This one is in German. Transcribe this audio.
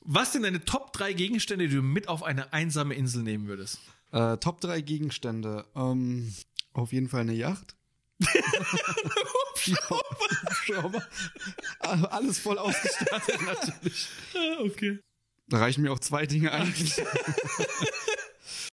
Was sind deine Top 3 Gegenstände, die du mit auf eine einsame Insel nehmen würdest? Äh, Top 3 Gegenstände. Ähm, auf jeden Fall eine Yacht. Ja, Hubschrauber. Also Alles voll ausgestattet natürlich. okay. Da reichen mir auch zwei Dinge eigentlich.